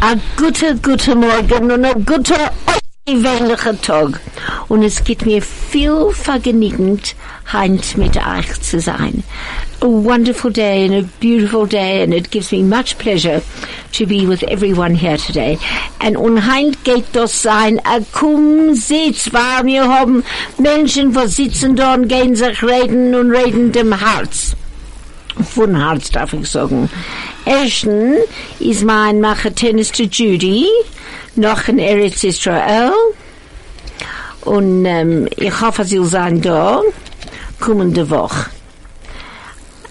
Ein guter, guter Morgen und ein guter, gewöhnlicher Tag. Und es gibt mir viel vergnügend, heint mit euch zu sein. A wonderful day and a beautiful day and it gives me much pleasure to be with everyone here today. And unheimlich geht das sein, a kum sitz, weil wir haben Menschen, die sitzen da und gehen sich reden und reden dem Hals. von Harz darf ich sagen. Ersten ist mein Machatenister Judy, noch in Eretz Israel. Und ähm, ich hoffe, sie sein da, kommende Woche.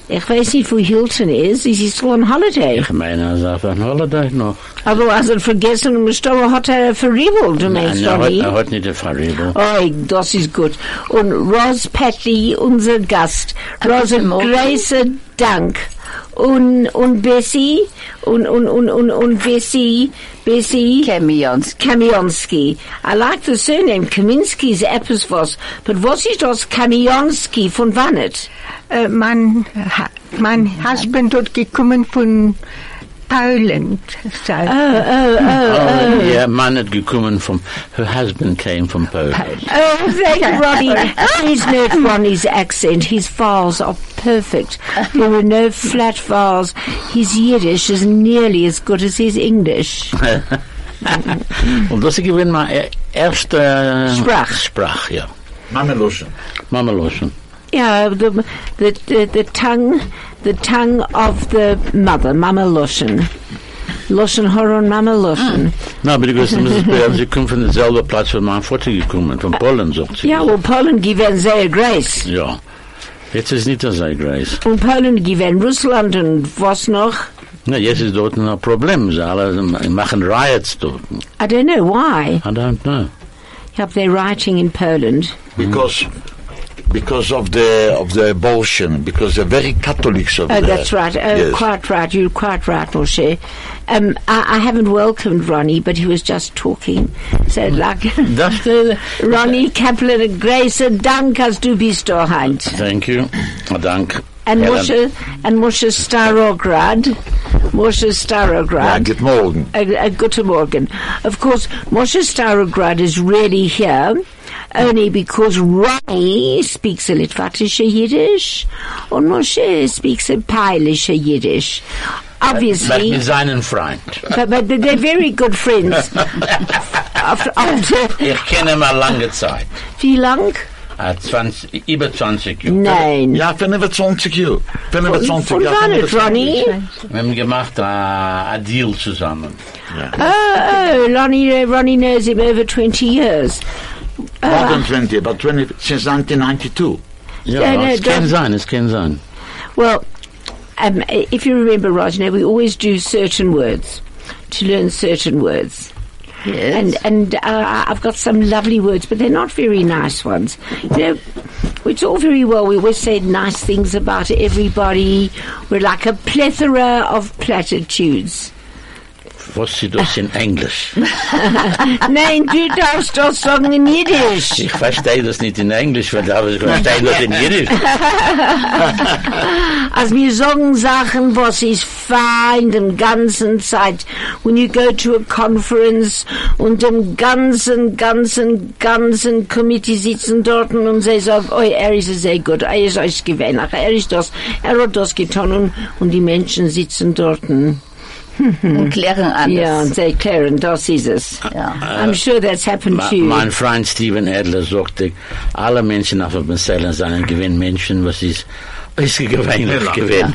Ich weiß nicht, wo Hilton ist. Sie ist wohl on Holiday. Ich meine, er sagt ein Holiday noch. Aber als er vergessen und gestorben hat, er verriebelt, du meinst, er hat, Dolly? er hat nicht verrieben. Oh, das ist gut. Und Ros Petty, unser Gast. Ros, guten Morgen. großen Dank. Und, und Bessie, und, und, und, und, und Bessie, Bessie. Kamions. Kamionsky. I like the surname. Kaminsky is etwas was. But was ist das Kamionsky? Von wann it? Äh, mein, Ha- mein Husband dort gekommen von Poland. So. Äh, Oh, ihr Mann hat gekommen vom, her husband came from Poland. Oh, thank you, Ronnie. Please note Ronnie's accent. His vowels are perfect. There are no flat vowels. His Yiddish is nearly as good as his English. Und das ist gewesen meine erste... Sprach. äh, Sprach, ja. Mameluschen. Mama loschen. Yeah, the, the, the, the tongue, the tongue of the mother, Mama Lushan. Lushan Horon Mama Lushan. Na, aber die größte Mrs. Bär, sie kommt von derselben Platz, wo mein Vater gekommen, von Polen, sagt sie. Yeah, well, Poland given their grace. Ja. Jetzt ist nicht das ein Greis. Und Poland given Russland und was noch? Na, jetzt ist dort ein Problem. Sie alle machen Riots dort. Ah, I don't know why. I don't know. Yep, they're writing in Poland. Because because of the of the abortion, because they're very Catholics of Oh, the, that's right. Oh, yes. quite right. You're quite right, Moshe. Um, I, I haven't welcomed Ronnie, but he was just talking. So, like, Das ist... Ronnie Kaplan and Grace and Dank as du bist doch heint. Thank you. Oh, Dank. And Helen. Moshe, and Moshe Starograd. Moshe Ja, Starograd. good morning. a, a Guten Morgen. Of course, Moshe Starograd is really here only because Ronnie speaks a Litvanische Yiddish and Moshe speaks a Pilische Yiddish. But Obviously, mit seinen Freund. but, but they're very good friends. After, after, Ich kenne ihn mal lange Zeit. wie lang? Ah, 20, über 20 Jahre. Nein. Ja, 25 Jahre. 25 Von Jahre. wann ist 25 Ronnie? Wir haben gemacht äh, ein Deal zusammen. Oh, oh, Ronnie, uh, Ronnie knows him over 20 years. More than 20, but 20 since 1992. Ja, Ja, ne, es das- kann sein, es kann sein. Well, um, if you remember, Rajna, we always do certain words to learn certain words. Yes. And and uh, I've got some lovely words, but they're not very nice ones. You know, it's all very well. We always say nice things about everybody. We're like a plethora of platitudes. Was sie das in Englisch? Nein, du darfst doch sagen in Yiddish. Ich verstehe das nicht in Englisch, weil da- ich verstehe das in Jiddisch. Als wir sagen Sachen, was ist fein, den ganzen Zeit. When you go to a conference und den ganzen, ganzen, ganzen Committee sitzen dort und sie sagen, oh, er ist sehr gut, er ist euch gewähnt, ach, er ist das, er hat das getan und, und die Menschen sitzen dort. Und klären Hm. Ja, alles. und sie erklären, das ist es. Ja. I'm sure that's happened Ma- to you. Mein Freund Steven Adler sagte, alle Menschen auf dem Zellen seien gewinn Menschen, was ist, ist gewöhnlich Ja. gewinn.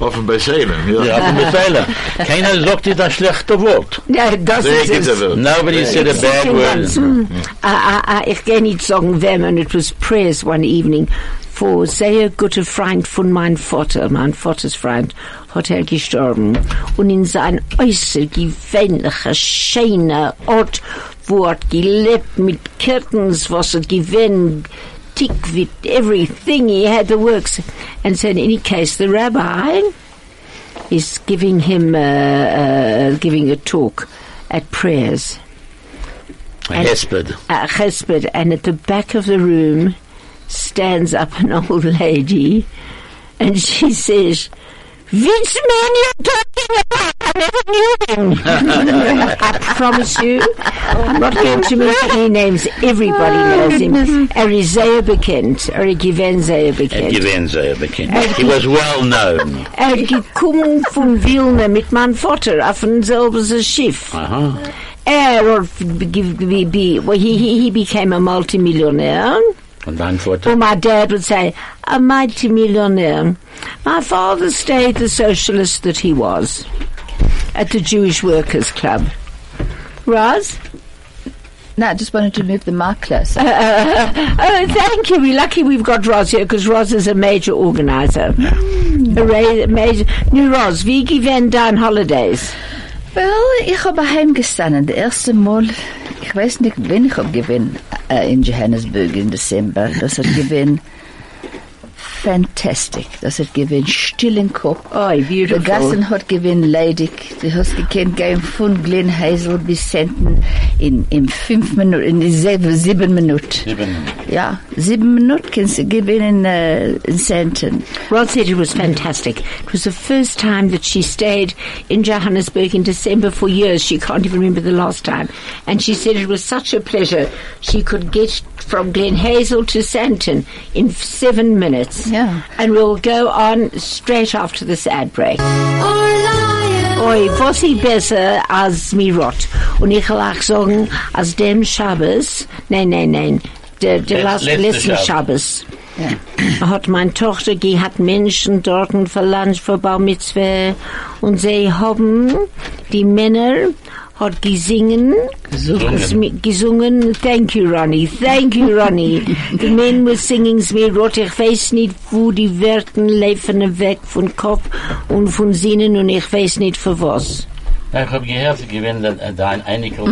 Offenbar Salem, ja. Ja, auf dem Zellen. Keiner sagte das schlechte Wort. Ja, das Sehr ist gute es. Welt. Nobody said a bad Second word. Mm. one. I, I, I, ich gehe nicht sagen wem, and it was prayers one evening for sehr guter Freund von meinem Vater, mein Vaters Freund, hat er gestorben. Und in sein äußer gewöhnlicher, schöner Ort, wo er gelebt mit Curtains, was er gewöhnt, tick with everything, he had the works. And so in any case, the rabbi is giving him, uh, uh, giving a talk at prayers Ein Hesped. at Chesped, and at the back of the room stands up an old lady, and she says, Which man you talking about? I never knew him. I promise you, I'm not going to mention any names. Everybody knows him. Arizea bekend, Erigivenzeer Er bekend. gewinnt sehr bekannt. He was well known. Er gekommen von Wilna mit meinem Vater auf ein selbenes Schiff. Aha. Er, or, be, be, well, he, he, he became a multimillionaire. Und dann Well, wurde my dad would say, a mighty millionaire. My father stayed the socialist that he was at the Jewish Workers Club. Roz? No, I just wanted to move the mic closer. Äh. Oh, thank you. We're lucky we've got Roz here because Roz is a major organizer. A ra- major. New Roz, wie gewen dein holidays? Wel, ich habe heimgestanden. Der erste Mal, ich weiß nicht, wann ich habe gewinn äh, in Johannesburg im Dezember. Das hat gewinn fantastic. Das hat gewinn still im Kopf. Oh, Der Gassen hat gewinn leidig. Du hast gekannt, gehen von Glen Heisel bis Senten in, in fünf Minuten, in sieben, sieben Minuten. Sieben. Ja, sieben Minuten kannst du gewinnen äh, in Senten. Roz said it was fantastic. It was the first time that she stayed in Johannesburg in December for years. She can't even remember the last time. And she said it was such a pleasure. She could get from Glen Hazel to Santon in seven minutes. Yeah. And we'll go on straight after this ad break. Oi, was ich besser als Mirot. Und ich will auch sagen, als dem Schabbes, nein, nein, nein, der, der Let- last- letzte letzten Schabbes. Schabbes. Ja. hat meine Tochter die hat Menschen dort für Lunch für Bar Mitzwe und sie haben die Männer hat gesingen es mi- gesungen thank you Ronnie thank you Ronnie the men were singing mir rot ich weiß nicht wo die Werten laufen weg von Kopf und von Sinnen und ich weiß nicht für was Ich habe gehört, ich gewinne dein Einikels,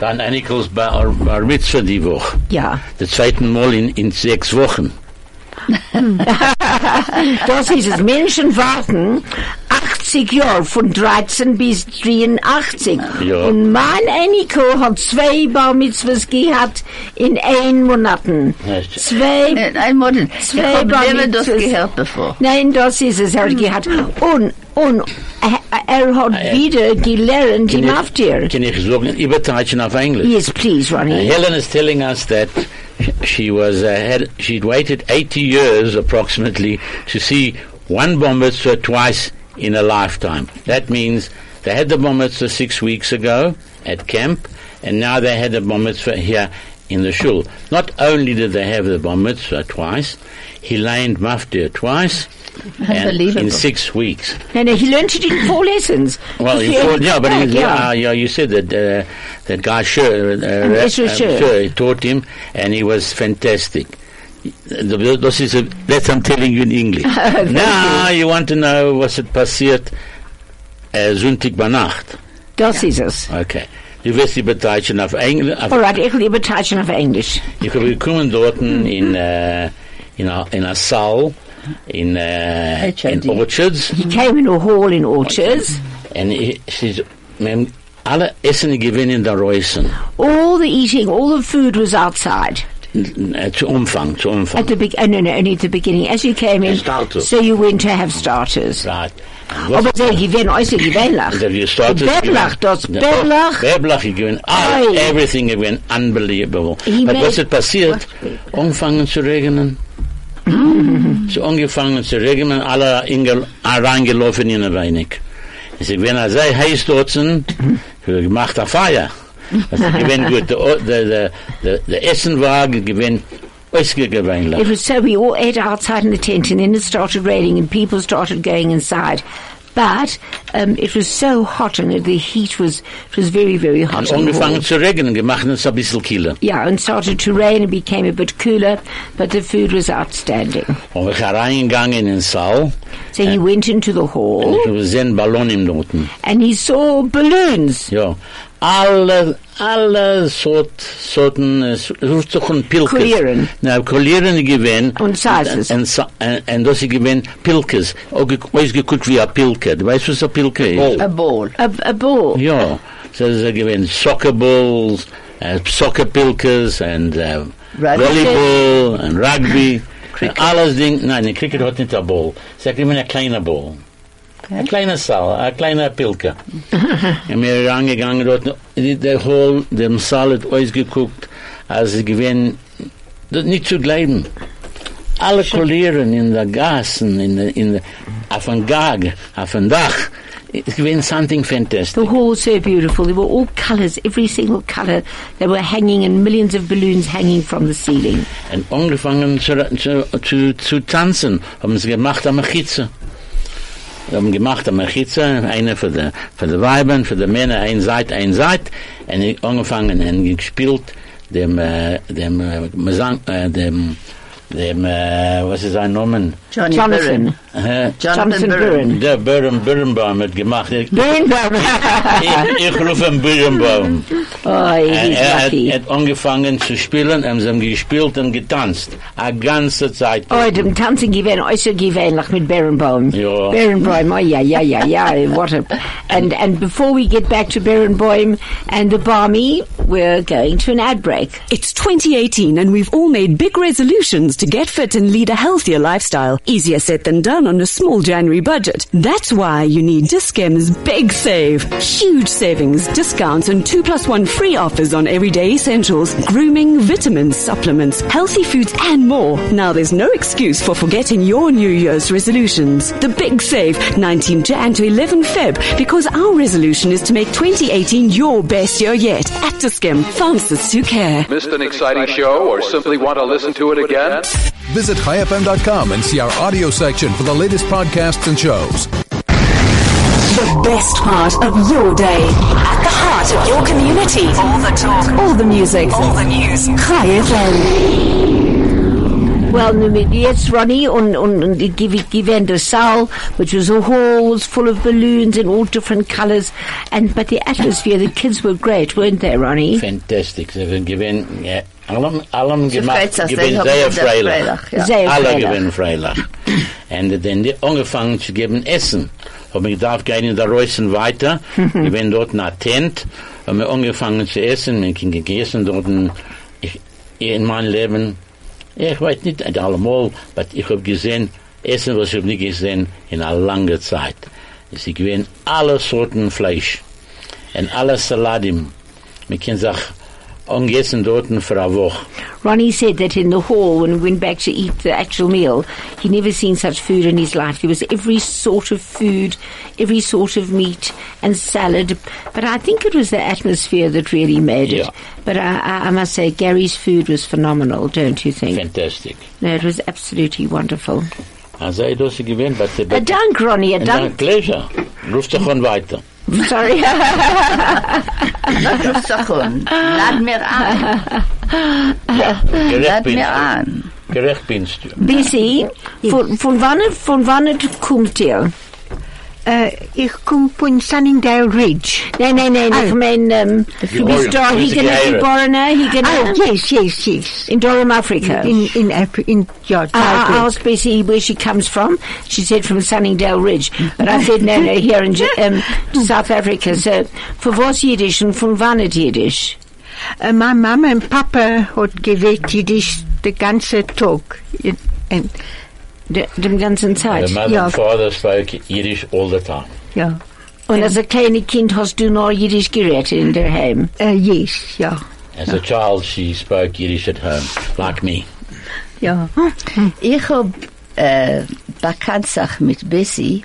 dein Einikels Bar Bar Mitzvah die Woche. ja Der zweiten Mal in, in sechs Wochen. das ist es Menschen warten 80 Jahre von 13 bis 83 Ja. und mein Eniko hat zwei Bar Mitzvahs gehabt in ein Monaten Echt? zwei Äh, Ein Model. Ich Zwei habe Bar never das Mitzvahs. gehört bevor. Nein, das ist es, er hat. Und, und, er- er hat ja. wieder gelernt Äh. in Haftier. Can ich sagen, übertreichen auf Englisch? Yes, please, Ronnie. Helen is telling us that she was uh, had she'd waited 80 years approximately to see one bar mitzvah twice in a lifetime. That means they had the bar mitzvah six weeks ago at camp, and now they had the bar mitzvah here in the shul. Not only did they have the bar mitzvah twice, he laned maftir twice, and in Unbelievable. six weeks. No, no, he learned it in four lessons. Well, you He- thought, yeah, but he, yeah. uh, yeah, you said that uh, that guy Sher, uh, uh, Ezra Sher. he taught him, and he was fantastic. The- the- This is a, that's I'm telling you in English. now you. want to know what's it passiert uh, Sonntag bei Nacht. Das ist es. Okay. Du wirst die Beteiligung auf Englisch. Auf, Alright, ich will übertreiben auf Englisch. Ich habe gekommen dort in uh, in a, in a Saal in uh, in HID. Orchards. He came in a hall in Orchards. And he, she's, man, alle Essen gewinnen in der Reusen. All the eating, all the food was outside. N- n- Äh, Zu Umfang, zu Umfang. At the big, oh, no, no, only at the beginning. As you came in, Starter. so you went to have starters. Oh, Right. Aber they given, also given lach. Have you started? Bedlach, das No. Oh. Bedlach. Bedlach, you given. Oh, Oi. everything you given. Unbelievable. He But made- was it passiert? Angefangen zu regnen. So angefangen zu regnen, alle inge- reingelaufen in ein wenig. Ich sag, wenn er sei heiß dort sind, wir gemacht eine Feier. Das ist gewinn gut. Der O- Der der- der- der Essen war gewinn It ausgegewinn. was so we all ate outside in the tent, and then it started raining, and people started going inside. But um, it was so hot, and the heat was it was very very hot. Und in the hall. angefangen zu regnen, gemacht uns ein bisschen Kieler. Yeah, and started to rain and became a bit cooler, but the food was outstanding. Und wir sind reingegangen in den Saal. So he went into the Und hall ich habe gesehen Ballon im Noten. and he saw balloons. Ja. Alle, alle sort, Sorten, äh, Suchen Pilkes. Kulieren. Na, Kulieren gewinn. Und Sizes. Und, und, und, und das gewinn Pilkes. Auch ge- alles geguckt wie ein Pilke. Du weißt, was ein Pilke ist? A ball. A, a ball. Ja. So sie gewinn Soccer Balls, äh, Soccer Pilkes und äh, Rugby. Volleyball und Rugby. Alles Ding, nein, ein Cricket hat nicht ein Ball. Sie hat immer einen kleinen Ball. Ein kleiner Saal, ein kleiner Pilke. Und wir sind rangegangen dort, die- der Hall, dem Saal hat ausgeguckt, als sie gewinnen, das nicht zu bleiben. Alle Kolieren in der Gassen, in der, in der, auf dem Gag, auf dem Dach, es gewinnt something fantastic. The hall was so beautiful. There were all colours, every single colour. They were hanging and millions of balloons hanging from the ceiling. Und angefangen zu, zu, zu, zu tanzen, haben sie gemacht am Achitze. Wir haben gemacht am Achitze, eine für die, für die Weibern, für die Männer, ein Seid, ein Seid, und ich angefangen und gespielt, dem, äh, dem, äh, Mesang- äh, dem, dem, äh, was ist sein Name? Johnny Jonathan. Äh, Jonathan Burren. der Birren Birrenbaum hat gemacht. Ich, Birnbaum. ich, ich rufe einen Birrenbaum. oh, Er, he's er hat, lucky. hat angefangen zu spielen, und sie haben gespielt und getanzt. Eine ganze Zeit. Oh, dem Tanzen gewähnt, äußer gewähnt, like mit Barenboim. Ja. Barenboim, oh yeah, yeah, yeah, yeah, what a... And, and before we get back to Barenboim and the Barmy, we're going to an ad break. It's 2018 and we've all made big resolutions to get fit and lead a healthier lifestyle. Easier said than done on a small January budget. That's why you need Discem's big save. Huge savings, discounts and 2 plus 1 free offers on everyday essentials, grooming, vitamins, supplements, healthy foods and more. Now there's no excuse for forgetting your New Year's resolutions. The big save, 19 Jan to 11 Feb, because our resolution is to make 2018 your best year yet. At Discem, pharmacists who care. Missed an exciting show or simply want to listen to it again? Visit highfm.com and see our audio section for the latest podcasts and shows. The best part of your day. At the heart of your community. All the talk. All the music. All the news. Hi FM. um, Well, n- n- yes, Ronnie, on on on the Giv- Givander Sal, which was a hall was full of balloons in all different colours, and but the atmosphere, the kids were great, weren't they, Ronnie? Fantastic. Sie sind gewinn, ja, allem, allem gemacht, freut sich, sie gewinn haben sehr gesagt, freilich. Freilach, ja. Sehr Alle Freilach. gewinnen freilich. Und dann die angefangen zu geben Essen. Hab ich gedacht, gehen in der Reusen weiter. Wir waren dort in Tent, haben wir angefangen zu essen, wir haben gegessen dort. ein- Ich, in meinem Leben, ich weiß nicht nicht allemal, aber ich habe gesehen, Essen, was ich hab nicht gesehen in einer langen Zeit. Sie gewinnen alle Sorten Fleisch. und alle Saladim. Wir können sich angessen dort für eine Woche. Ronnie said that in the hall when we went back to eat the actual meal, he never seen such food in his life. There was every sort of food, every sort of meat and salad, but I think it was the atmosphere that really made it. Yeah. But I, I, I must say, Gary's food was phenomenal, don't you think? Fantastic. No, it was absolutely wonderful. Also, ich das gewinnt, was sie A dunk, Ronnie, a Und dann, dunk. Pleasure. Ruf dich an weiter. Sorry. Ruf doch an. Lad mir an. Ja, gerecht Lad bin mir an. du. Gerecht bist du. Busy. Von, von wann, von wann kommt ihr? Äh, ich komme von Sunningdale Ridge. Nee, nee, nee, ich Oh. mein, ähm, du bist da, Geboren. hier gehen die Geheiratet. Geborener, hier gehen Oh, yes, yes, yes. in oh, Durham, Africa. In, in, Afri- in, ja, I, I Childhood. asked Bessie where she comes from. She said from Sunningdale Ridge. But I said, no, no, here in J- um, South Africa. So, for was Yiddish and von wann it Yiddish? Äh, mein Mama und Papa hat gewählt Jiddisch den ganzen Tag. In- in- De, dem ganzen The Zeit. mother Ja. and father spoke Yiddish all the time. Ja, Und als ein kleines Kind hast du noch Yiddish geredet in der Heim. äh, yes, ja. As a child, she spoke Yiddish at home, like me. Ja. Ich hab äh, Bekanntsach mit Bessie,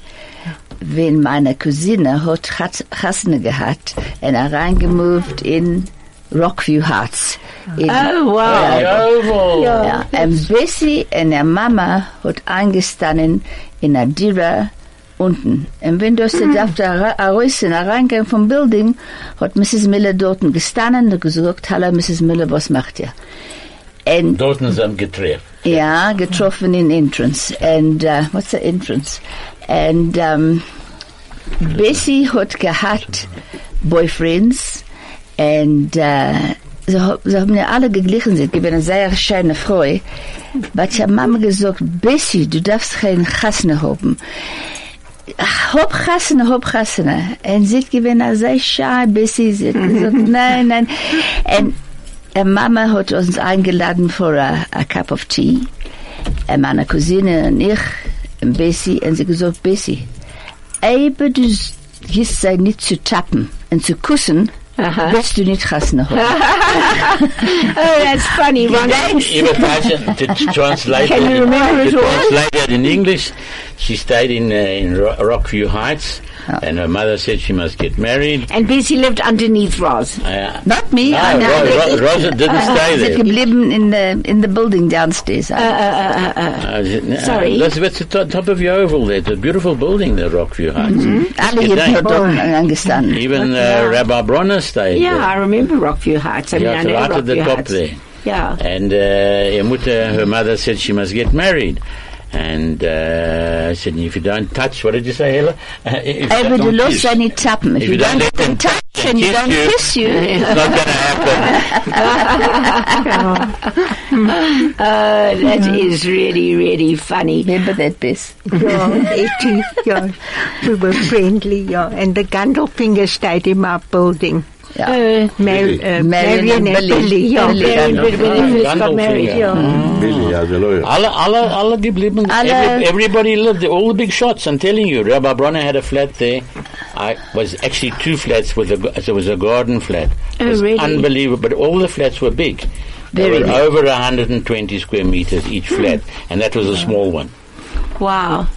wenn meine Cousine hat Chas- Chassene gehabt und reingemoved in Rockview Heights. In, Oh, wow. Jovel. ja, und Bessie und ihre Mama hat angestanden in einer Dira unten. Und wenn du sie darfst, reingehen reingehen vom Building, hat Mrs. Miller dort gestanden und gesagt, hallo Mrs. Miller, was macht ihr? Und Dort sind sie getroffen. Ja, getroffen in entrance. And uh, what's the entrance? And um, Bessie hat gehabt boyfriends and uh, sie, hab- sie haben ja alle geglichen, sie gewesen eine sehr schöne Frau. Aber ich habe Mama gesagt, Bessie, du darfst keinen Chassene haben. Ach, Hob Chassene, hob Chassene. Und sie gewesen eine sehr schöne Bessie. Sie hat gesagt, nein, nein. Und äh, Mama hat uns eingeladen für a, a cup of tea. Äh, meine Cousine und ich, und Bessie, und sie gesagt, Bessie, aber du gehst sei nicht zu tappen und zu kussen, Aha. wirst du nicht hassen. Oh, that's funny. One Eva Paisa, the t- translator, Can you remember the it all? translator in English, she stayed in, uh, in Ro- Rockview Heights, and her mother said she must get married. And Bessie lived underneath Roz. Uh, Not me. No, I know. Ro- Ro- Rosa didn't stay Sit there. geblieben in the in the building downstairs. Uh, uh, Sorry. Elizabeth, it's on top of your oval there. It's a beautiful building there, Rockview Heights. Mm-hmm. Good Alle hier day. dort oben angestanden. Even uh, Rabbi Bronner stayed Yeah, I there. remember Rockview Heights. I mean, Yeah, I it's know right Rockview at the top Heights. there. Yeah. And uh, her mother- her mother said she must get married. And uh, I said, if you don't touch, what did you say, Hella? If you Aber du don't lässt kiss. ja nicht tappen. If, If you you don't don't let them touch and you kiss don't you. kiss you. It's not going to happen. Oh, that is really, really funny. Remember that, Bess? Yeah, 80, yeah. We were friendly, yeah. And the Gundelfinger stayed in my building. Ja. Uh, Mar- uh, and Marion and Billy. Billy, yeah. Billy Mary, but when Oh, he first got Gandalf, married, yeah. yeah. Billy, ja, der Lawyer. Alle, alle, alle geblieben. Alle- Every, everybody lived there. All the big shots. I'm telling you, Rabbi Bronner had a flat there. I was actually two flats with a. g- There was a garden flat. It Oh, was really? Unbelievable. But all the flats were big. They Very were big. over 120 square meters each Hmm. flat, and that was a small one. Wow.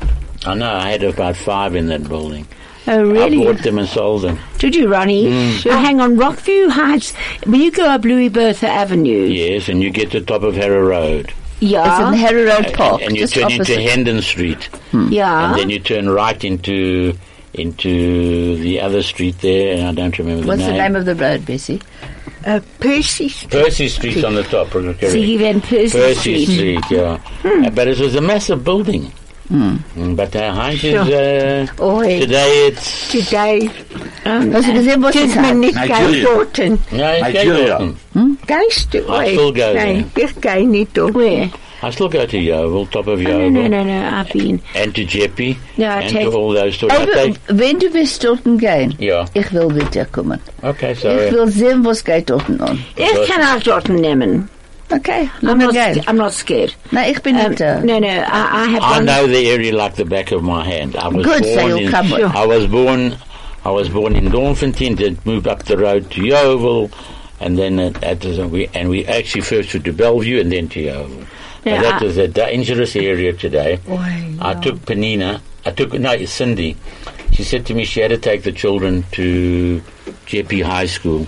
I know. I had about five in that building. Oh, I really? bought them and sold them. Did you, Ronnie? Mm. Oh, hang on. Rockview Heights, when you go up Louis Bertha Avenue, Yes, and you get to the top of Harrow Road, It's in yeah, Harrow Road Park. and you just turn opposite. Hmm. into Hendon Street. yeah. and then you turn right into into the other street there, and I don't remember What's the the name. name of the road, Bessie? Uh, Percy Percy Street on the top. correct. See, then Percy, Hmm. Percy Street. Street, yeah. Uh, But it was a massive building. Hmm. Mm, But uh, Heinz is, uh, Oh, hey. today it's... today Hast du gesehen, was is ist my das? Nick Nigeria. Gordon. No, it's Hmm. Nigeria. Yeovil. Guy's to I still go Nee, dit kan je niet doen. Where? I still go to Yeovil, top of Oh, Yeovil, no, no, no, no. I've been. and to Jeppy, Yeah, I and take- Oh, to all those stores. I Aber take- wenn du willst dort gehen, Ja. ich will mit dir kommen. okay, Ich sorry. will sehen, was geht dort an. Ich kann auch dort nehmen. Okay, lass I'm mal not, gehen. I'm not scared. Na, ich bin Um, nicht da. no, no, I, I have I one- know the area like the back of my hand. I was Good, so born you'll in, come with. I was born, I was born in Dornfontein, then moved up the road to Yeovil, and then at, at the, we and we actually first to Bellevue and then to Yeovil. Yeah, but that I- is a dangerous area today. I took Penina. I took no it's Cindy. She said to me she had to take the children to JP High School,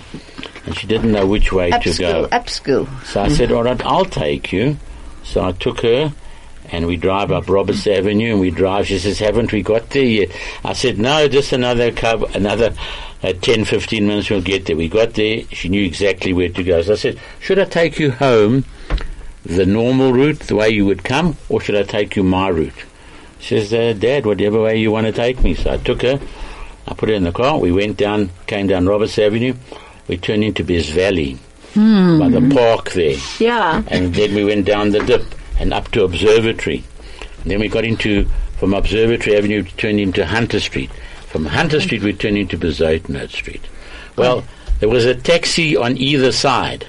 and she didn't know which way to go. Upschool, upschool. So I said, all right, I'll take you. So I took her and we drive up Roberts Avenue and we drive. She says, haven't we got there yet? I said, no, just another cub, another uh, 10, 15 minutes we'll get there. We got there. She knew exactly where to go. So I said, should I take you home the normal route, the way you would come, or should I take you my route? She says, uh, Dad, whatever way you want to take me. So I took her. I put her in the car. We went down, came down Roberts Avenue. We turned into Bez Valley by the park there. Yeah. And then we went down the dip and up to Observatory. And then we got into, from Observatory Avenue, we turned into Hunter Street. From Hunter Street, we turned into Bezoitnut Street. Well, there was a taxi on either side.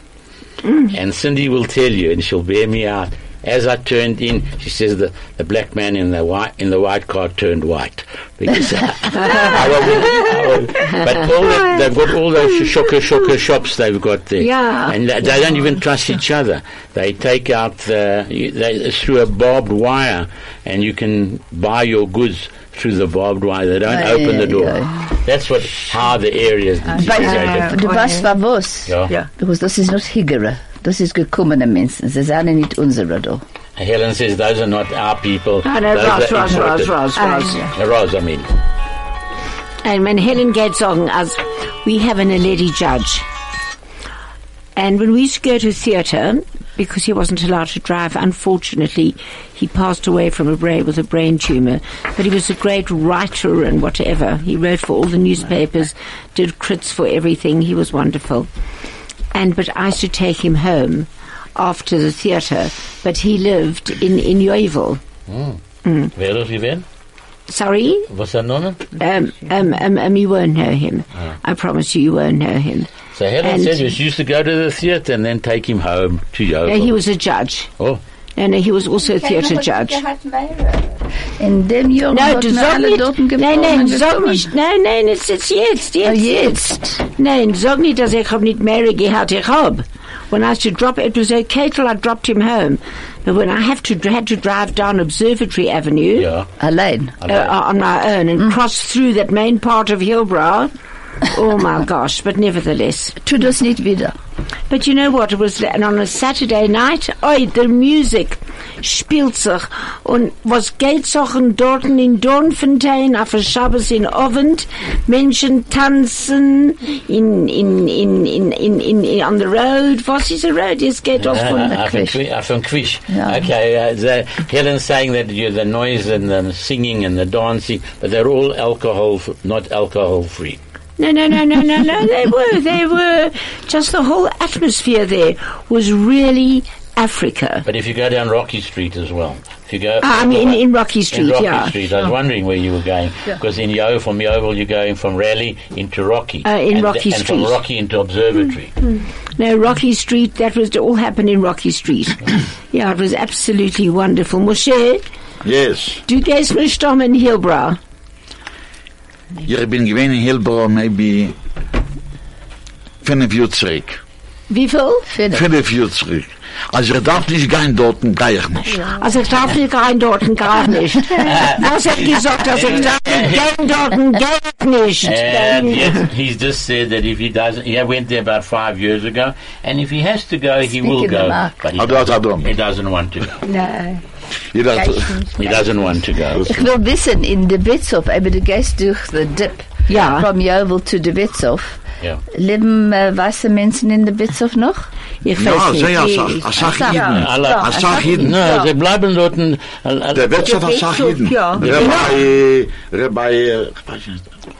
And Cindy will tell you, and she'll bear me out. As I turned in, she says the, the black man in the white in the white car turned white because I was, I was, but all the, they've got all those shocker shocker shops they've got there, Yeah. and they, they don't even trust each other. They take out the you- they, it's through a barbed wire, and you can buy your goods through the barbed wire. They don't Aye, open the door. aye. That's what how the area is Weißt deteriorated. du, du weißt, was was? Yeah. Ja. Because das ist nicht Higere. Das ist gekommene Menschen. Sie sind nicht unsere da. Helen says those are not our people. I know, Those Roz, are Roz, Roz, imported." Roz, uh, Roz. The Roz, I mean. And when Helen gets on us, we have an lady judge. And when we used to go to theatre, because he wasn't allowed to drive, unfortunately, he passed away from a brain with a brain tumor. But he was a great writer and whatever. He wrote for all the newspapers, did crits for everything. He was wonderful. And but I used to take him home after the theatre. But he lived in in Yeovil. Where have you been? Sorry, What's that, Norman? um, um, um, um, you won't know him. I promise you, you won't know him. Ah. So Helen And- said you used to go to the theatre and then take him home to Yeovil. No, he was a judge. Oh, And he was also a theatre judge. In dem Jahr No, hat du man sag alle nicht. Doten Nein, nein, gekommen. sag nicht. Nein, nein, es ist jetzt, jetzt, Ah, jetzt. Nein, sag nicht, dass ich hab nicht Mary gehabt, ich hab. e When I used to drop, it was okay till I dropped him home. But when I have to, had to drive down Observatory Avenue Yeah. Allein. uh, on my own and cross through that main part of Hillbrow, oh my gosh, but nevertheless. Tu das nicht wieder. But you know what? It was and on a Saturday night. Oh, the music spielt sich und was geht Sachen dort in Dornfontein auf der Schabbos in Ovent. Menschen tanzen in in in in in in, in on the road. Was is a road? Yes, geht aus von Uh, I think we- I think quiche. Yeah. Okay, uh, the, Helen's saying that you, the noise and the singing and the dancing, but they're all alcohol, f- not alcohol free. No, no, no, no, no, no. They were, they were. Just the whole atmosphere there was really Africa. But if you go down Rocky Street as well, if you go, Ah, I mean, in, in Rocky Street, in Rocky yeah. Oh. Street, I was wondering where you were going because in Yeovil, from Yeovil, you're going from Raleigh into Rocky, Uh, in and, Rocky and from Street. Mm, Rocky into Observatory. No, Rocky Street, that was all happened in Rocky Street. yeah, it was absolutely wonderful. Moshe, Yes. du gehst mit Stamm in Hillbrow. Ich bin gewesen in Hillborough maybe fünf Jahre zurück. Wie viel? Philipp. Fünf Jahre zurück. Also ich darf nicht gehen dort, gehe ich nicht. Also ich darf nicht rein dort, gar nicht. Was hat gesagt, dass ich darf nicht gehen dort, geht nicht. And yes, he's just said that if he doesn't, he went there about five years ago, and if he has to go, he Speak will in the go. mic. But he I'll do it, I'll do doesn't, it. he doesn't want to go. No. Jeder hat, He doesn't want to go. Ich will wissen, in der Witzhof, aber du gehst durch den Dip. Ja. From Jovel to the Witzhof. Yeah. Leben äh, weiße Menschen in der Witzhof noch? Ich ja, weiß sei ja, nicht. Asach Asach. Jeden. I like- Asach Jeden. No, uh, they bleiben dort. and- and- and- Der Wirtschaft Asach Wirtshof, Jeden. ja. Rabbi, Rabbi,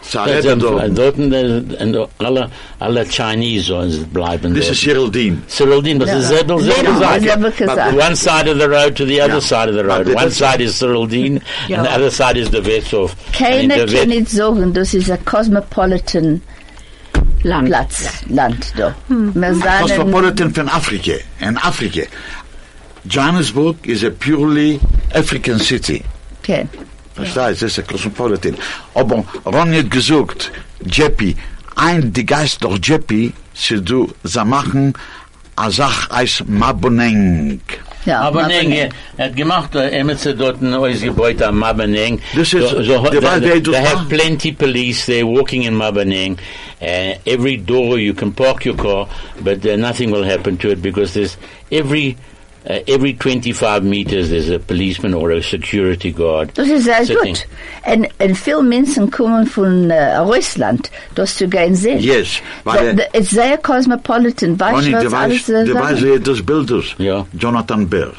Zareta dort. Dort uh, and- and alle, alle Chinese bleiben This is dort. Cyril Dean. Cyril Dean, but the Zedel, Zedel, Zedel Kazak. one side of the road to the other side of the But road. the One Wirtshof- side is Cyril Dean, and the other side is the Vetsov. Keiner kann nicht sagen, das ist ein Dus Cosmopolitan Land. Hm. Platz, Land da. Wir sagen, Cosmopolitan von Afrika. In Afrika. Johannesburg is a purely African city. okay. Verstehst du, das ist ein Cosmopolitan. Aber Ronny hat gesagt, Jeppy, ein, die Geist doch Jeppy, sie du, sie machen, a Sach als Maboneng. Ja, Aber machen wir. Neng hat gemacht, äh, Emetze dort ein neues Gebäude am Mabaneng. This is- the they, one they, they do- have plenty police, they're walking in Mabaneng. Uh, every door you can park your car, but uh, nothing will happen to it because there's every uh, every 25 meters there's a policeman or a security guard. Das ist sehr sitting. gut. Und, und viele Menschen kommen von äh, Russland, das zu gehen sehen. Yes, eh, weil Es ist sehr cosmopolitan, weißt du, Ronny, der was weiß, alles äh, der weiß, sagen? wer das Bild ist. Ja. Jonathan Bell.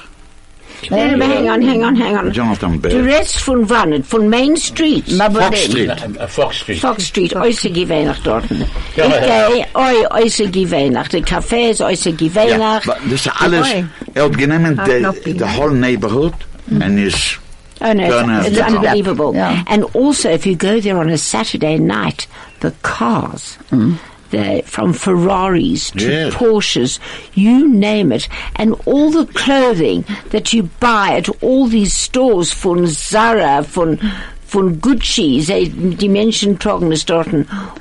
Hang on, hang on, hang on. Jonathan Du Bell. redest von wann? Von Main Street? Fox Maboneng. Street. Uh, Fox Street. Fox Street, äußige Weihnacht dort. Ja, ich ja. gehe, oi, äußige Weihnacht. Der Café ist äußige Ja, Weihnacht. wa- das ist alles, Oi. er hat genommen, Ah, Ach, the, noch the viel. whole neighborhood, Mm. and is, Oh no, Turn out. it's, it's Yeah. unbelievable. Yeah. And also, if you go there on a Saturday night, the cars, Mm. they from Ferraris to Yes. Porsches, you name it, and all the clothing that you buy at all these stores von Zara, von von Gucci, they, die Menschen tragen es dort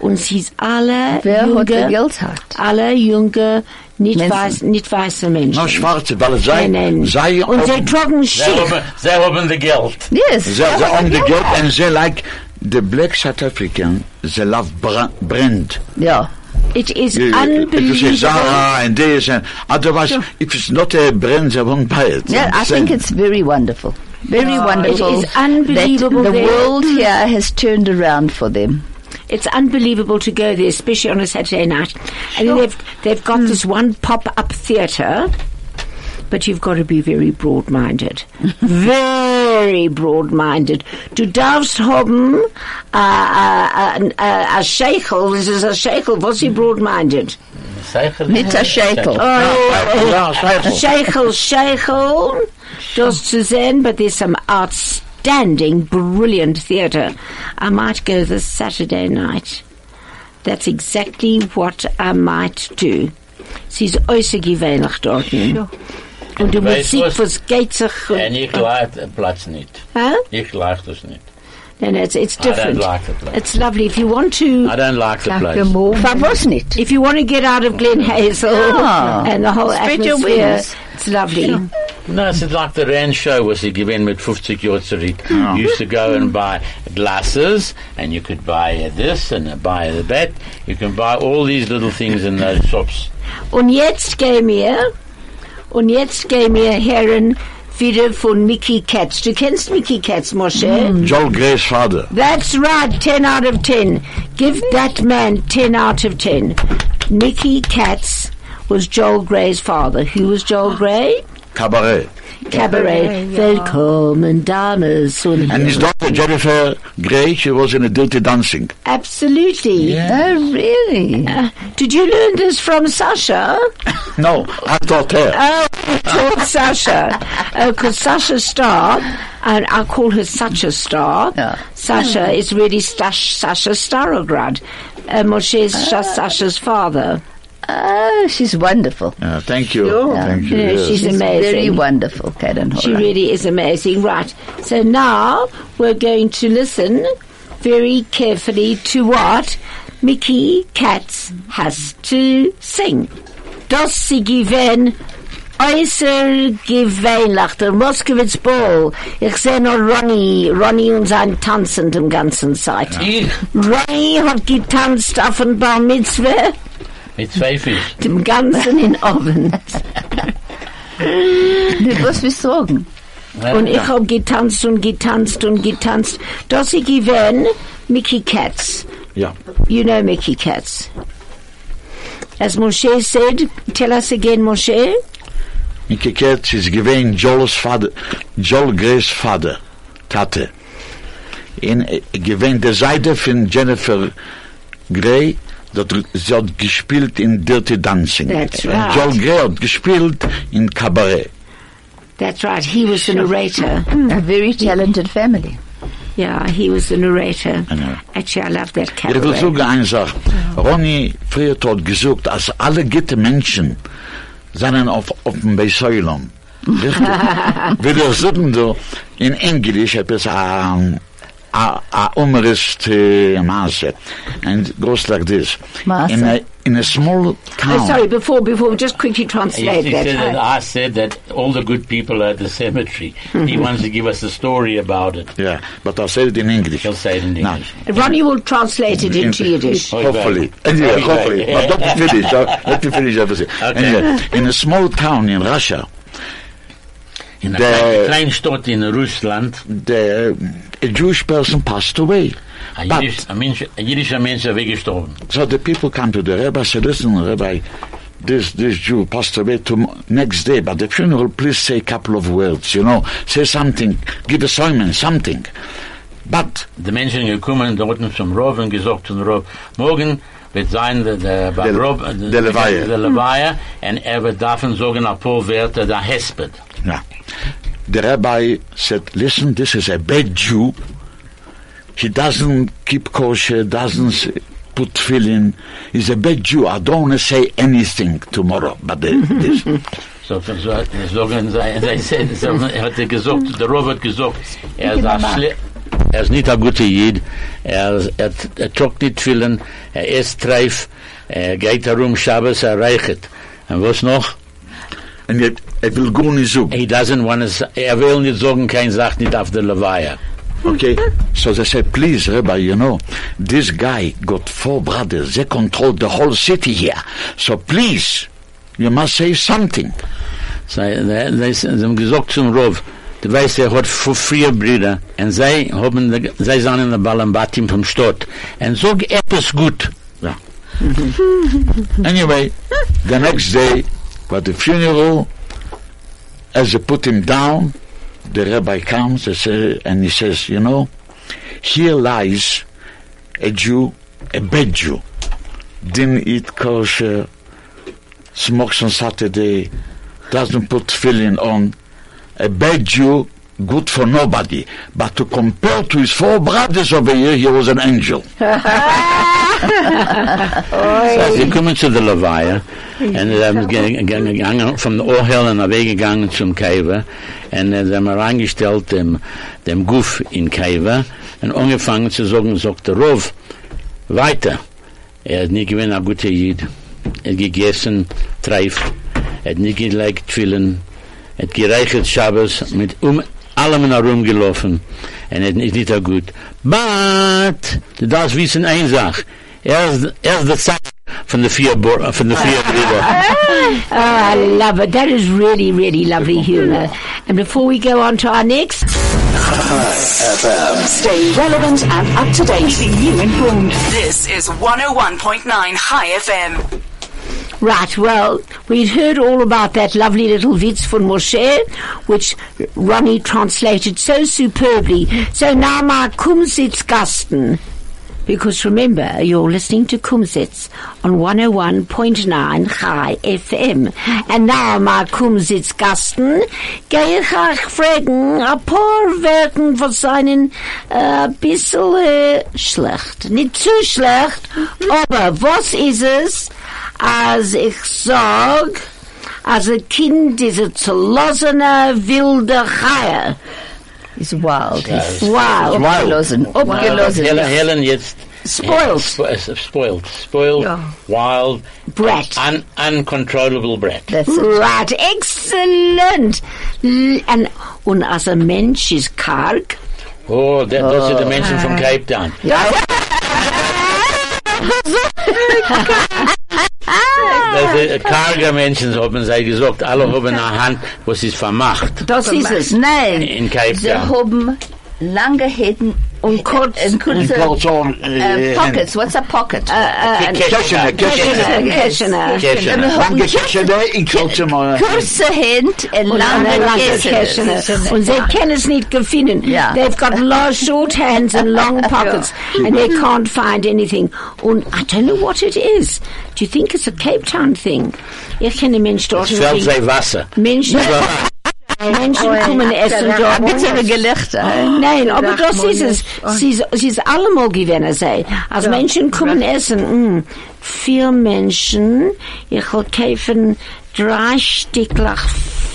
und sie ist alle Wer junge, hat der Geld hat? alle junge, nicht, Menschen. weiß, nicht weiße Menschen. no, schwarze, weil es sei, Nein, nein. sei, und sie ob- tragen They Schiff. open, they open the geld. Yes. They, they own the guilt and they like the black South African. They love bra- brand. Ja. It is You- you- if you say unbelievable. Zara and this and otherwise, if it's not a brand, they won't buy it. Yeah, I think it's very wonderful. Very Yeah. wonderful. Ah, It is unbelievable That the there. world here has turned around for them. It's unbelievable to go there, especially on a Saturday night. And then they've they've got this one pop up theatre, but you've got to be very broad minded, very broad minded. Du darfst haben a a uh, a a shekel. This is a shekel. Was he broad minded? Mit der Scheitel. Oh. A shekel, shekel. Just to then, but there's some outstanding, brilliant theatre. I might go this Saturday night. That's exactly what I might do. Sie ist äußerst gewöhnlich dort. Und die Weißt Musik was? vergeht sich. En ik like het plaats niet. Huh? Ik like het niet. No, no, it's, it's I don't different. like the place. It's lovely. If you want to, I don't like the Dr. place. Oh. Moore. Was nicht? if you want to get out of Glen Hazel Ah. and the whole Spread your atmosphere, wings. it's lovely. No, it's like the Rand show was it given with 50 jaar terug. You used to go and buy glasses, and you could buy this and buy that. You can buy all these little things in those shops. Und jetzt gehen wir, und jetzt gehen wir Herren wieder von Mickey Katz. Du kennst Mickey Katz, Moshe? Joel Gray's father. That's right, 10 out of 10. Give that man 10 out of 10. Mickey Katz was Joel Gray's father. Who was Joel Gray? Cabaret. Cabaret. Willkommen, Dames und And his daughter Jennifer Gray, she was in a dirty dancing. Absolutely. Oh, really? Uh, did you learn this from Sasha? No, I taught her. Oh, taught Sasha. Because Sasha Star, and I call her such a star. Yeah. Sasha is really Stash, Sasha Starograd. Uh, Moshe is Sha- Sasha's father. Oh, she's wonderful. Yeah, Uh, thank you. Sure. Thank you. Yeah, yes. she's amazing. Very wonderful, Karen Horan. She really is amazing. Right. So now we're going to listen very carefully to what Mickey Katz has to sing. Das sie gewen äußer gewöhnlich, der Moskowitz Ball. Ich sehe nur Ronny, Ronny und sein Tanzen den ganzen Zeit. Ich Ronny hat getanzt auf dem Bar Mitzvah. mit zwei Fisch. dem ganzen in Oven. Du wirst mich sorgen. Und ich hab getanzt und getanzt und getanzt. Das ich gewinn, Mickey Katz. Yeah. You know Mickey Katz. As Moshe said, tell us again, Moshe. Mickey Katz is given Joel's father, Joel Gray's father, Tate. In eh, given der Seite von Jennifer Gray, dat sie hat gespielt in Dirty Dancing. That's And right. Joel Gray hat gespielt in Cabaret. That's right, he was the narrator. A very talented family. Yeah, he was the narrator. I know. Actually, I love that Ich will cabaret. Oh, sogar eine Sache. Ronny Friert hat gesucht, als alle gute Menschen seien auf, auf dem Beisäulung. Richtig? Wie das sagen du, in Englisch hat es ein umrist Maße. And it goes like this. Maße. In a, in a small town. Oh, sorry, before, before, just quickly translate Yes, he said that that. I said that all the good people are at the cemetery. he wants to give us a story about it. Yeah, but I said it in English. He'll say it in Now, English. Ronnie will translate it into Yiddish. Oh, Hopefully. exactly. Anyway, Exactly. hopefully. But don't finish. Don't- Let me finish everything. Okay. Anyway, in a small town in Russia, In in a the, Kleinstadt in Russland, the uh, a Jewish person passed away. ein But- Jiddisch- ein Mensch- ein jüdischer Mensch ist weggestorben. So the people come to the rabbi, say, listen, rabbi, this, this Jew passed away to next day, but the funeral, please say a couple of words, you know, say something, give a sermon, something. But Die Menschen sind gekommen, dort zum Rov und gesagt zum Rov, morgen wird sein der der Der- Rov, der Levaya. der Levaya, und er wird davon sagen, ein paar Werte der Hesped. Yeah. The rabbi said, listen, this is a bad Jew. He doesn't keep kosher, doesn't s- put tefillin. He's a bad Jew. I don't want to say anything tomorrow, but the, this. So, so, so sagen sie, sie said, so, er hat gesagt, der Rov hat gesagt, er ist ein Schle er ist nicht ein guter Jid, er, ist- er, er trockt nicht vielen, er ist treif, er geht herum, Schabbos, er reichet. Und was noch? And yet, it will go on his own. He doesn't want to, er will nicht sagen, kein sagt nicht auf der Levaya. Okay. So they said, please, Rabbi, you know, this guy got four brothers. They control the whole city here. So please, you must say something. Zij, de- de- ze hebben gezegd zum Rov, de weiß, er hat v- vier Brüder, und zij haben, de- zij zijn in der Balambatim vom Stott. Und sag etwas gut. Yeah. anyway, the next day, at the funeral, as they put him down, the rabbi comes and, say, and he says, You know, here lies a Jew, a bad Jew. Didn't eat kosher, smokes on Saturday, doesn't put filling on. A bad Jew, good for nobody. But to compare to his four brothers over here, he was an angel. So sie kommen zu der Levaya und sie haben ge- ge- gegangen vom Orhel und weggegangen zum Kaiwa und äh, sie haben reingestellt dem, dem Guff in Kaiwa und angefangen zu sagen, sagt der Rov, weiter. Er hat nicht gewinnt ein guter Jid. Er hat gegessen, treif. Er hat nicht gelegt Tfillen. Er hat gereichert Schabbos mit um allem herumgelaufen. Und er ist nicht so gut. But, du darfst wissen eine Sache. Er ist, er ist der Zack von der vier, Bor- von der vier Brüder. Oh, I love it. That is really, really lovely humor. And before we go on to our next, Stay relevant and up to date. Keeping you informed. This is 101.9 High FM. right, well, we'd heard all about that lovely little Witz von Moshe, which Ronnie translated so superbly. So now my Kumsitzgasten. Because remember, you're listening to Kumsitz on 101.9 Chai FM. And now, my Kumsitzgasten, gehe ich euch fragen, a paar Werken von seinen äh, bissel äh, schlecht. Nicht zu schlecht, aber was ist es, als ich sag, als ein Kind diese zerlossene, wilde Chaie. He's wild. He's Wow. Abgelassen. Abgelassen. Helen, Helen jetzt... Spoiled. Spo- äh, Spoiled. Spoiled, Ja. wild, Brett. un uncontrollable brat. That's it. Right, excellent. L- And und als ein Mensch ist karg. Oh, that, those are the Menschen from Cape Town. Also, karge Menschen, so haben sie gesagt, alle haben eine Hand, was ist vermacht Das ist es. Nein. in Cape Sie Town. haben lange Hände Und kurz. und kurze eh, äh, Pockets. What's a pocket? Eh, äh, Kitchener, Kitchener. Kirschner. Und wir Kirchener. haben Lange Kitchener in Kitchener. kurze Hände und lange Kitchener. Und sie können es nicht gefunden. Ja. They've got large short hands and long pockets and they can't find anything. Und I don't know what it is. Do you think it's a Cape Town thing? Ich kenne Menschen dort. Es fällt sie Wasser. Menschen, Menschen kommen essen dort. Bittere Gelächter. Nein, aber das ist es. Sie ist, sie ist allemal gewesen, sei. Als Menschen kommen essen, mm, vier Menschen, ich will kaufen drei Stücklach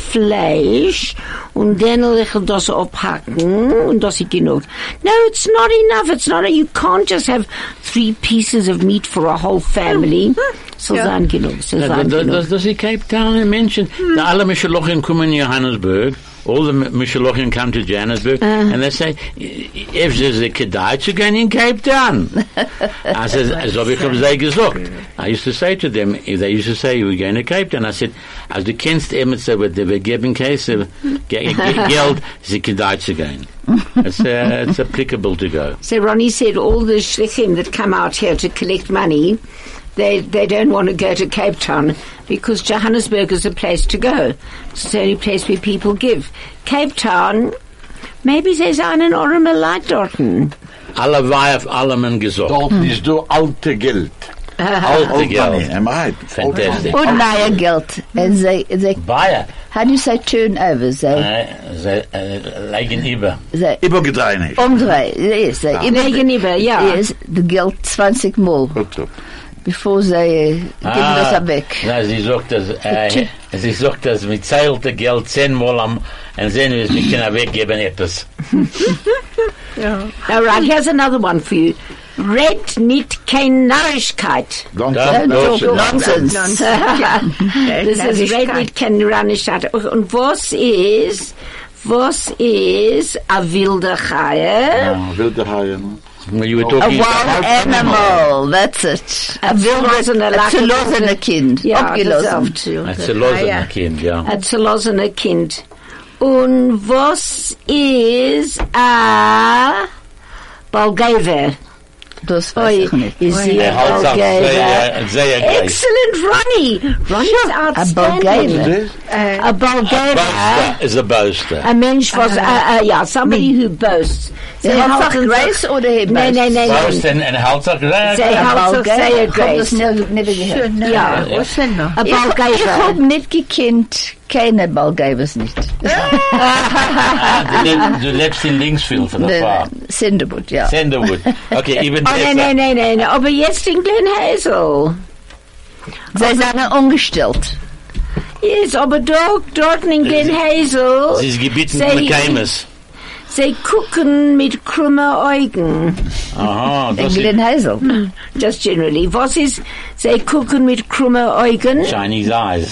Fleisch und dann will ich das abhacken und das ist genug. No, it's not enough. It's not, you can't just have three pieces of meat for a whole family. So sein genug, so sein Das, genug. das, das ist Cape Town in Menschen. Da alle Mischelochen kommen in Johannesburg. All the Mischelochen come to Johannesburg and they say, if there's a Kedai to go in Cape Town. I said, so ich habe sie gesagt. I used to say to them, they used to say, we're going to Cape Town. I said, as the kennst immer so, but they were giving case uh, of ge- ge- Geld, sie Kedai zu gehen. It's, uh, it's applicable to go. So Ronnie said all the shlichim that come out here to collect money, they, they don't want to go to Cape Town because Johannesburg is a place to go. It's the only place where people give. Cape Town, maybe there's einen Orima Light dorten. Alle Weih auf allem gesagt. Dort ist du alte Geld. Hm. Oh, Alte Geld. Am I? Fantastic. Und neue Geld. Und sie, sie, Bayer. how do you say turnover? Sie, Ze eh, lijken über. sie Übergedrein. umdrehen. Yes, sie, In immer, Gegenüber, ja. yes, the Geld 20 Mal, bevor sie äh, geben Ah. das weg. Na, sie sagt das, äh, sie sagt das mit zeilte Geld zehnmal am, und sehen wir es mit keiner weggeben etwas. All right, here's another one for you. Red knit kein Narrischkeit. Don't Don't talk talk nonsense. Das ist Reddit kein Ranischat. Und was ist, was ist a wilde Chaie? Wilde Haien. Well, you were A talking wild animal, that's it. A zerlossene Ein Lache- zerlossenes Kind, Ja, abgelassen. das auch. It's a losener Kind, ja. Ein zerlossenes Kind. Und was ist a Bulgaria? Das weiß ich nicht. Is he Er a hat sagt, Bulgaria? sehr, sehr gleich. Excellent, Ronnie. Ronnie is outstanding. Bulgaria. A Bulgaria. Boaster is a boaster. A mensch was, uh, uh, yeah, somebody who boasts. They Er hat halten Grace sich- oder Hebrew? Nein, nein, nein. nein. Boaster and Halter, They yeah. halten sich sehr Ich habe das Grace. nie- nie gehört. Ja. was denn noch? A Ich, ich Bulgaria. habe nicht gekannt, Keine Ballgebers nicht. Ah, du, le- du lebst in Linksfield for the far. Cinderwood, ja. Senderwood. Okay, even Oh, nein, better. nein, nein, nein, aber jetzt in Glen Hazel. Sie sind angestellt. Yes, aber dort, dort in Glen Hazel. Sie ist gebeten sie- mit Keimes. Sie gucken mit krummen Augen. Aha, In das ist Hmm. Glenhazel. Just generally. Was ist, sie gucken mit krummen Augen? Chinese eyes.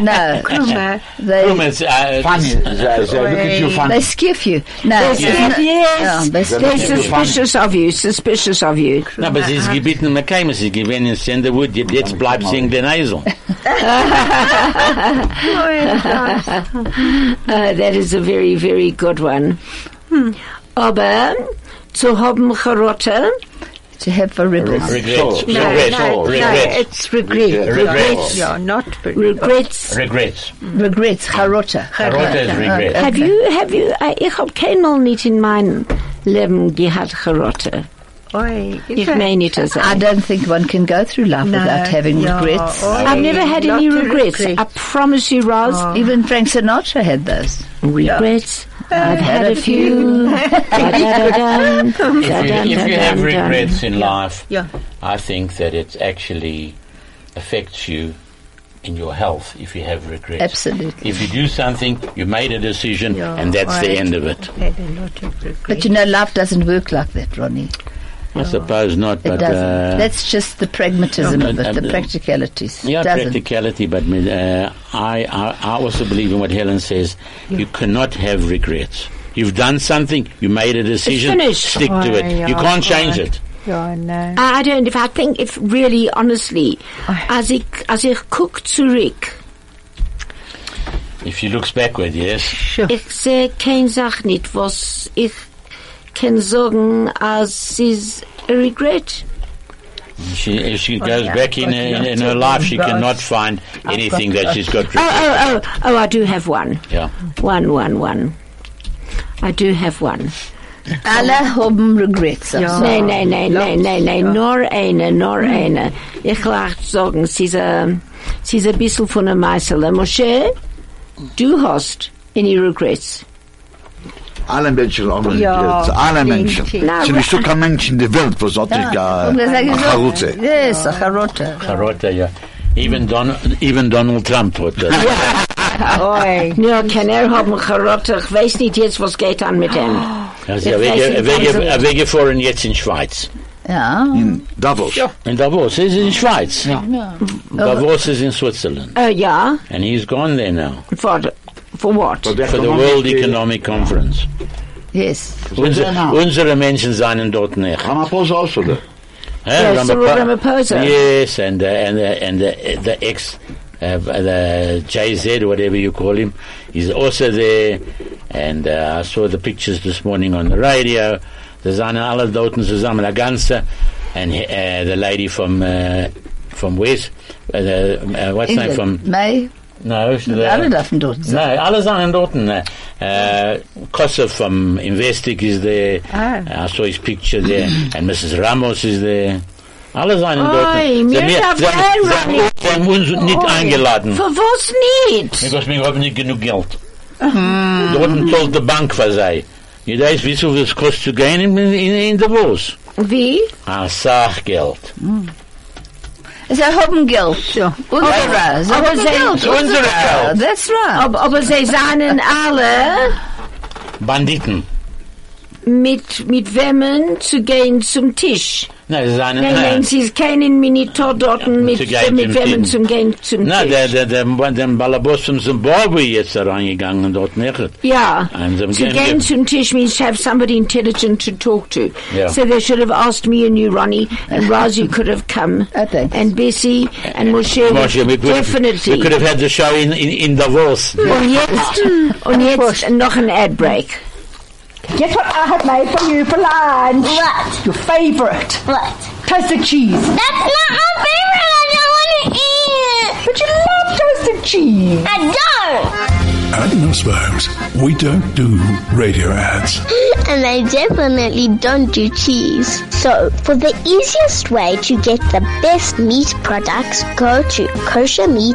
No. Krummer. Room They, is, uh, Funny. They, they look at you funny. they skiff you. No. They said Yeah, yes. they look They're at you skiff you. funny. suspicious of you, suspicious of you. No, but sie ist gebeten mit Keimes. Sie gewähnt in Senderwood. Jetzt bleibt sie in Glenaisel. Uh, that is a very, very good one. Aber zu haben Charotte, To have for ribbons. Regrets. No, Regrets. no, Regrets. it's regret. Regrets. Yeah, not regret. regrets. Regrets. Regrets. Charota. Charota is regret. Okay. Have you, have you, I, ich hab keinmal nicht in meinem Leben gehabt Charotte. Oi, Ich is it? meine nicht also. I don't think one can go through life No, without having yeah, regrets. oi, I've never had lot any of regrets. I regrets. promise you, Roz. Even Frank Sinatra had those. Regrets. I've had a few. Da-da-da-dum, If you, if you have da-dum-da-dum-dum. regrets in life, Yeah. I think that it actually affects you in your health if you have regrets. Absolutely. If you do something, you made a decision, Yeah, and that's the right. end of it. Had a lot of regrets. But you know, life doesn't work like that, Ronnie. I suppose not, It but doesn't. uh, That's just the pragmatism No, of it, um, the practicalities. yeah, doesn't. practicality. But uh, I, I, I also believe in what Helen says. You cannot have regrets. You've done something. You made a decision. finished. Stick to it. Aye, you aye, can't change aye. it. Yeah, no. I I don't. If I think, if really, honestly, as ich as ich guck zurück, If you looks backward, yes. Sure. ich sehe keine Sache nicht, was ich kann sagen, als ist a regret. She, if she goes yeah, back in, but her- in, yeah. in her life, she But cannot find anything that she's got. Oh, regret. oh, oh, oh! I do have one, Yeah. one, one, one. I do have one. Alle haben regrets. I'm Ja. sorry. Nee, nee, nee, nee, nee, nee, nur eine, nur eine. Ich lach sagen, sie ist ein bisschen von der Meißel. Moshe, du hast any regrets. Alle Menschen haben Ja, regrets. Alle Menschen. ich. denk Es sind nicht so kein Mensch in der Welt, was eh, hat nicht Und wir sagen gar so, Acharutze. Yes, a charota. Carota, yeah. Even Don, even Donald Trump would. Uh, Oi. Ja, kann er haben Charotte, ich weiß nicht jetzt, was geht an mit ihm. also, a wege, a wege, a wege foreign jetzt in Schweiz. Ja. In Davos. In Davos is in Schweiz. Davos is in Switzerland, Äh, ja, and he's gone there now for, for what? For for the World Economic Conference. Yes. Unsere, now? unsere Menschen seien dort nicht. Ramaphosa also there. Huh? Yeah, Cyril Ramaphosa. Yes, and uh, and uh, and uh, the ex, uh, the JZ, whatever you call him, is also there. And uh, I saw the pictures this morning on the radio. Ze zijn alle doten zusammen, de ganze. And uh, the lady from uh, from West, uh, the, uh, what's her name from? May. No, the, Alle dürfen dort no, sein. alle zijn in Dorton. Uh, uh, Kosser from Investic is there. Ah. I saw his picture there. and Mrs. Ramos is there. Alle zijn in Oi, Dorton. Ze mir meer- darf ze- jij, ze- Ronnie. Ze hebben ons niet eingeladen. Für was nicht? Because we hebben niet genoeg geld. Dorton told de bank van zij. Je weet wie zoveel het kost te gaan in, in, in de bos. Wie? Ah, zaag geld. Sie haben Geld. Ja. Unsere. Sie aber haben sie- Geld. unsere Geld. That's right. Aber, aber sie seien alle Bandieten. mit, mit wemmen zu gehen zum Tisch. Nee, ze zijn... Nein, nein, sie ist keinen Minitor dort mit, Zu gehen mit zum wemmen Tisch. zum Gehen zum Na, Tisch. der, der, der, der Ballerboss von Zimbabwe jetzt da reingegangen und dort nicht. Yeah. And, um, to get- gain get- some tish means to have somebody intelligent to talk to. Yeah. So they should have asked me and you, Ronnie, and Roz, you could have come. Oh, thanks. And Bessie and Moshe. Moshe, we could, definitely. we could have had the show in, in, in Davos. Und jetzt, und jetzt noch ein Ad Break. Guess what I have made for you for lunch? What? Your favourite. What? Oh, Toasted cheese. That's not my favourite. I don't want to eat it. But you love toasted cheese. I don't. At Nussbaums, we don't do radio ads. and I definitely don't do cheese. So, for the easiest way to get the best meat products, go to koshermeat.co.za.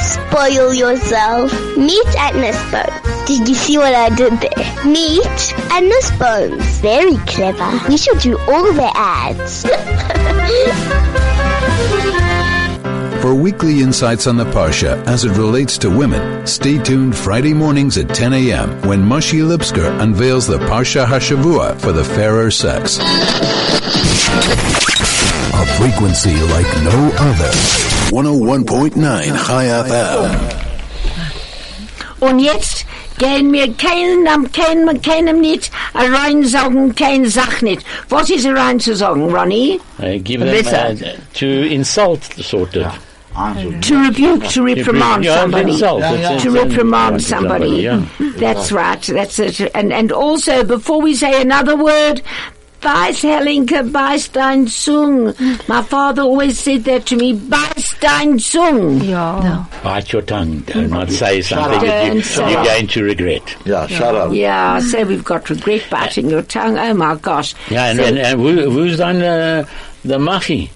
Spoil yourself. Meat at Nisbone. Did you see what I did there? Meat at Nisbone. Very clever. We should do all the ads. For weekly insights on the Parsha as it relates to women, stay tuned Friday mornings at 10 a.m. when Moshe Lipsker unveils the Parsha Hashavua for the fairer sex. A frequency like no other. 101.9 High FM. Und jetzt gehen wir keinen am keinen, mit keinem nicht, reinsaugen, kein Sach nicht. Was ist reinzusagen, Ronnie? Uh, give them Besser. uh, to insult, sort of. To rebuke, to reprimand yeah, it's somebody. insult. It's To insult. reprimand Right, somebody. yeah. That's right. That's it. And and also before we say another word, Beiß Helinke, beiß dein Zung. My father always said that to me, beiß dein Zung. Yeah. Bite your tongue. Do not say something up. that you, Don't shut you're up. going to regret. Yeah, Yeah, so we've got regret biting your tongue. Oh my gosh. Yeah, and, So- and, and who, who's done uh, the machi?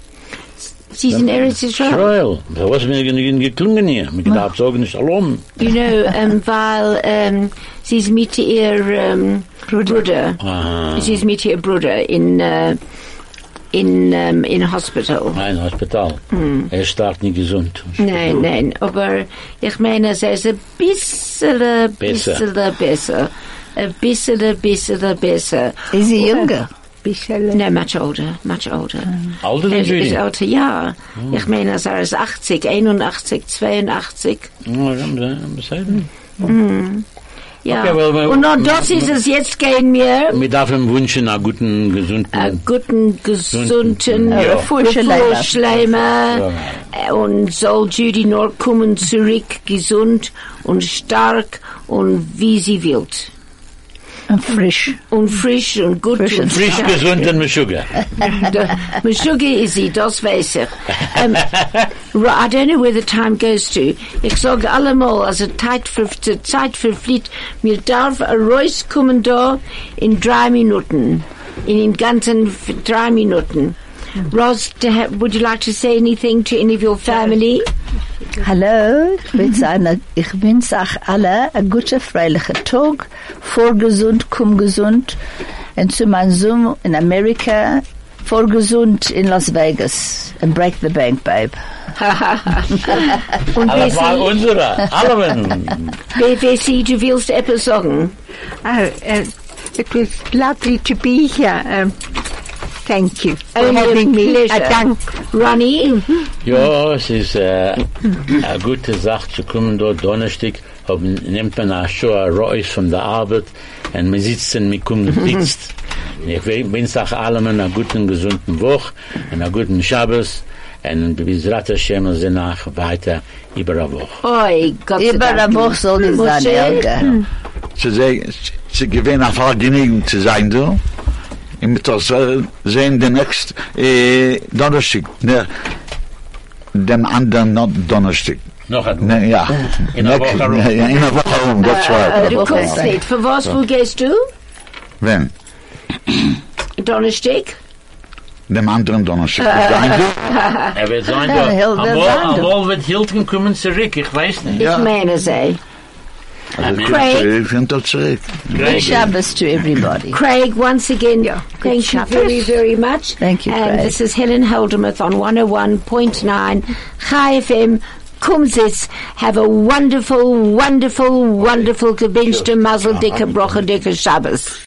She's in Eretz Israel. Israel. Da was mir gen- geklungen hier. Mir Ah. gedacht, sagen Shalom. You know, um, while um, she's met her um, brother. Ah. She's met her brother in uh, in um, in hospital. Nein, Hospital. Hm. Er starrt nicht gesund. Nein, nein, aber ich meine, sie ist ein bisschen, Besser. bisschen besser. Ein bisschen, bisschen besser. Is sie jünger? Bisschen. No, much older, much older. Older than Is- is Judy? Older, ja. Hm. Ich meine, sie ist 80, 81, 82. Mhm. Ja. Okay, well, well, Und noch das mm, ist es, jetzt gehen wir Mir darf ihm wünschen einen guten, gesunden... einen guten, gesunden Ja. Gefühlsschleimer. Ja. Äh, Und soll Judy nur kommen zurück, gesund und stark und wie sie will. Und frisch. Und frisch und gut. frisch, und stark. gesunden Meshuggah. Meshuggah is he, das weiß ich. Um, I don't know where the time goes to. Ich sage allemal, also Zeit für, zur Zeit verfliegt, mir darf ein Reus kommen da in drei Minuten. In den ganzen f- drei Minuten. Ross, do ha- would you like to say anything to any of your family? Hallo, ich wünsche eine- ich wünsche euch alle einen guten, freilichen Tag. Vorgesund, komm gesund. Und zu meinem Zoom in Amerika. Vorgesund in Las Vegas. And break the bank, babe. Und Aber wer war sie- unsere. Alle Mann. Wer, wer sie, du willst etwas sagen? Oh, uh, it was lovely to be here. Um, thank you for Only a having me. Uh, pleasure. A Ah, dank. Ronnie? Ja, es ist äh, eine gute Sache zu kommen dort Donnerstag, ob, nimmt man auch schon ein Reus von der Arbeit und man sitzt und man kommt und sitzt. Und Ich wünsche auch allem eine guten, gesunden Woche und einen guten Schabbos und bis Rat Hashem und danach weiter über eine Woche. Oi, Gott sei Über Dank. eine Woche soll es sein, Moshe? Helga. Ze, zei, ze gewinnen af haar genügend zu sein, du. Je moet ons eh, zien de next eh, donderdag. Nee, den anderen not donderdag. Nog een Nee, ja. In een Nek- Woche rum. Nee, ja, in een Woche rum, dat is Äh, waar. du kommst nicht. Für was, wo gehst du? Wen? Donnerstag? Dem anderen donderdag. Er wird sein, Ja, heel ja. wel Aber, waar, doch. aber wird Hilton kommen zurück, ich weiß nicht. Ich meine sie. Also, Craig? Ik vind dat ze... Good Shabbos to everybody. Craig, once again, thank Shabbos. you very, very much. Thank you, And Craig. this is Helen Holdermuth on 101.9 Chai FM. Kumsitz, have a Uh-huh. wonderful, wonderful, wonderful gewünschte Mazel, dicke Broche, dicke Shabbos.